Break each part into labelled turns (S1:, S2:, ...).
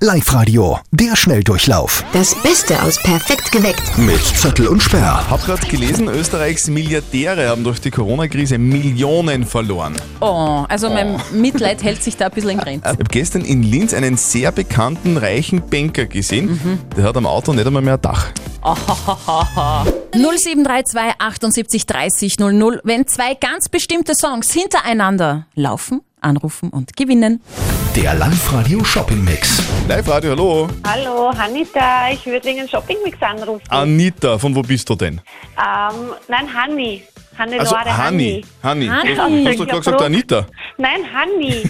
S1: Live-Radio, der Schnelldurchlauf
S2: Das Beste aus Perfekt geweckt.
S1: mit Zettel und Sperr.
S3: Hab gerade gelesen, Österreichs Milliardäre haben durch die Corona-Krise Millionen verloren.
S4: Oh, also mein Mitleid hält sich da ein bisschen in Grenzen.
S3: Ich habe gestern in Linz einen sehr bekannten reichen Banker gesehen. Der hat am Auto nicht einmal mehr ein Dach.
S4: 0732 78 30 00, wenn zwei ganz bestimmte Songs hintereinander laufen, anrufen und gewinnen.
S1: Der Live-Radio Shopping Mix.
S3: Live-Radio, hallo.
S5: Hallo, Hanita, ich würde wegen Shoppingmix anrufen.
S3: Anita, von wo bist du denn?
S5: ähm, nein, Hanni. Hannelore
S3: Also,
S5: Hanni.
S3: Hanni. Hanni.
S4: Hanni.
S3: Hast du gerade gesagt, Anita?
S5: Nein, Hanni.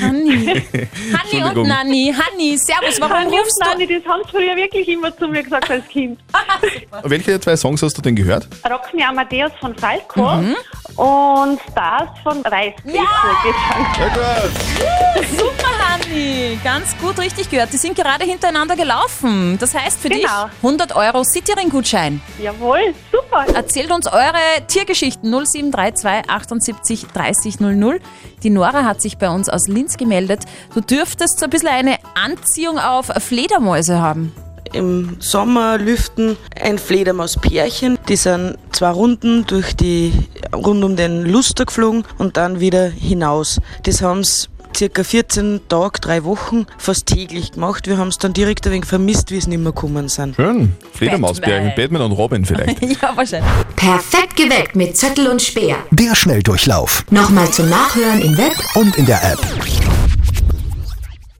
S4: Hanni. Hanni und
S3: Entschuldigung.
S4: Nanni. Hanni, servus, warum
S5: Hanni
S4: rufst
S5: und
S4: du?
S5: Nanni, das haben sie früher wirklich immer zu mir gesagt als Kind.
S3: Welche der zwei Songs hast du denn gehört?
S5: Rock me Amadeus von Falco
S4: Mhm.
S5: und Stars von Reis. Ja!
S3: Ja, gut.
S4: Super, Hanni. Ganz gut richtig gehört. Die sind gerade hintereinander gelaufen. Das heißt für
S5: Genau.
S4: dich 100 Euro Cityring-Gutschein.
S5: Jawohl, super.
S4: Erzählt uns eure Tiergeschichten 0732 78 30 00. Die Nora hat sich bei uns aus Linz gemeldet. Du dürftest so ein bisschen eine Anziehung auf Fledermäuse haben.
S6: im Sommer lüften ein Fledermauspärchen. Die sind zwei Runden durch die, rund um den Luster geflogen und dann wieder hinaus. Das haben sie circa 14 Tage, drei Wochen fast täglich gemacht. Wir haben es dann direkt ein wenig vermisst, wie es nicht mehr gekommen sind.
S3: Schön. Fledermausbärchen, Batman und Robin vielleicht.
S4: Ja, wahrscheinlich.
S2: Perfekt geweckt mit Zettel und Speer.
S1: Der Schnelldurchlauf.
S2: Nochmal zum Nachhören im Web
S1: Und in der App.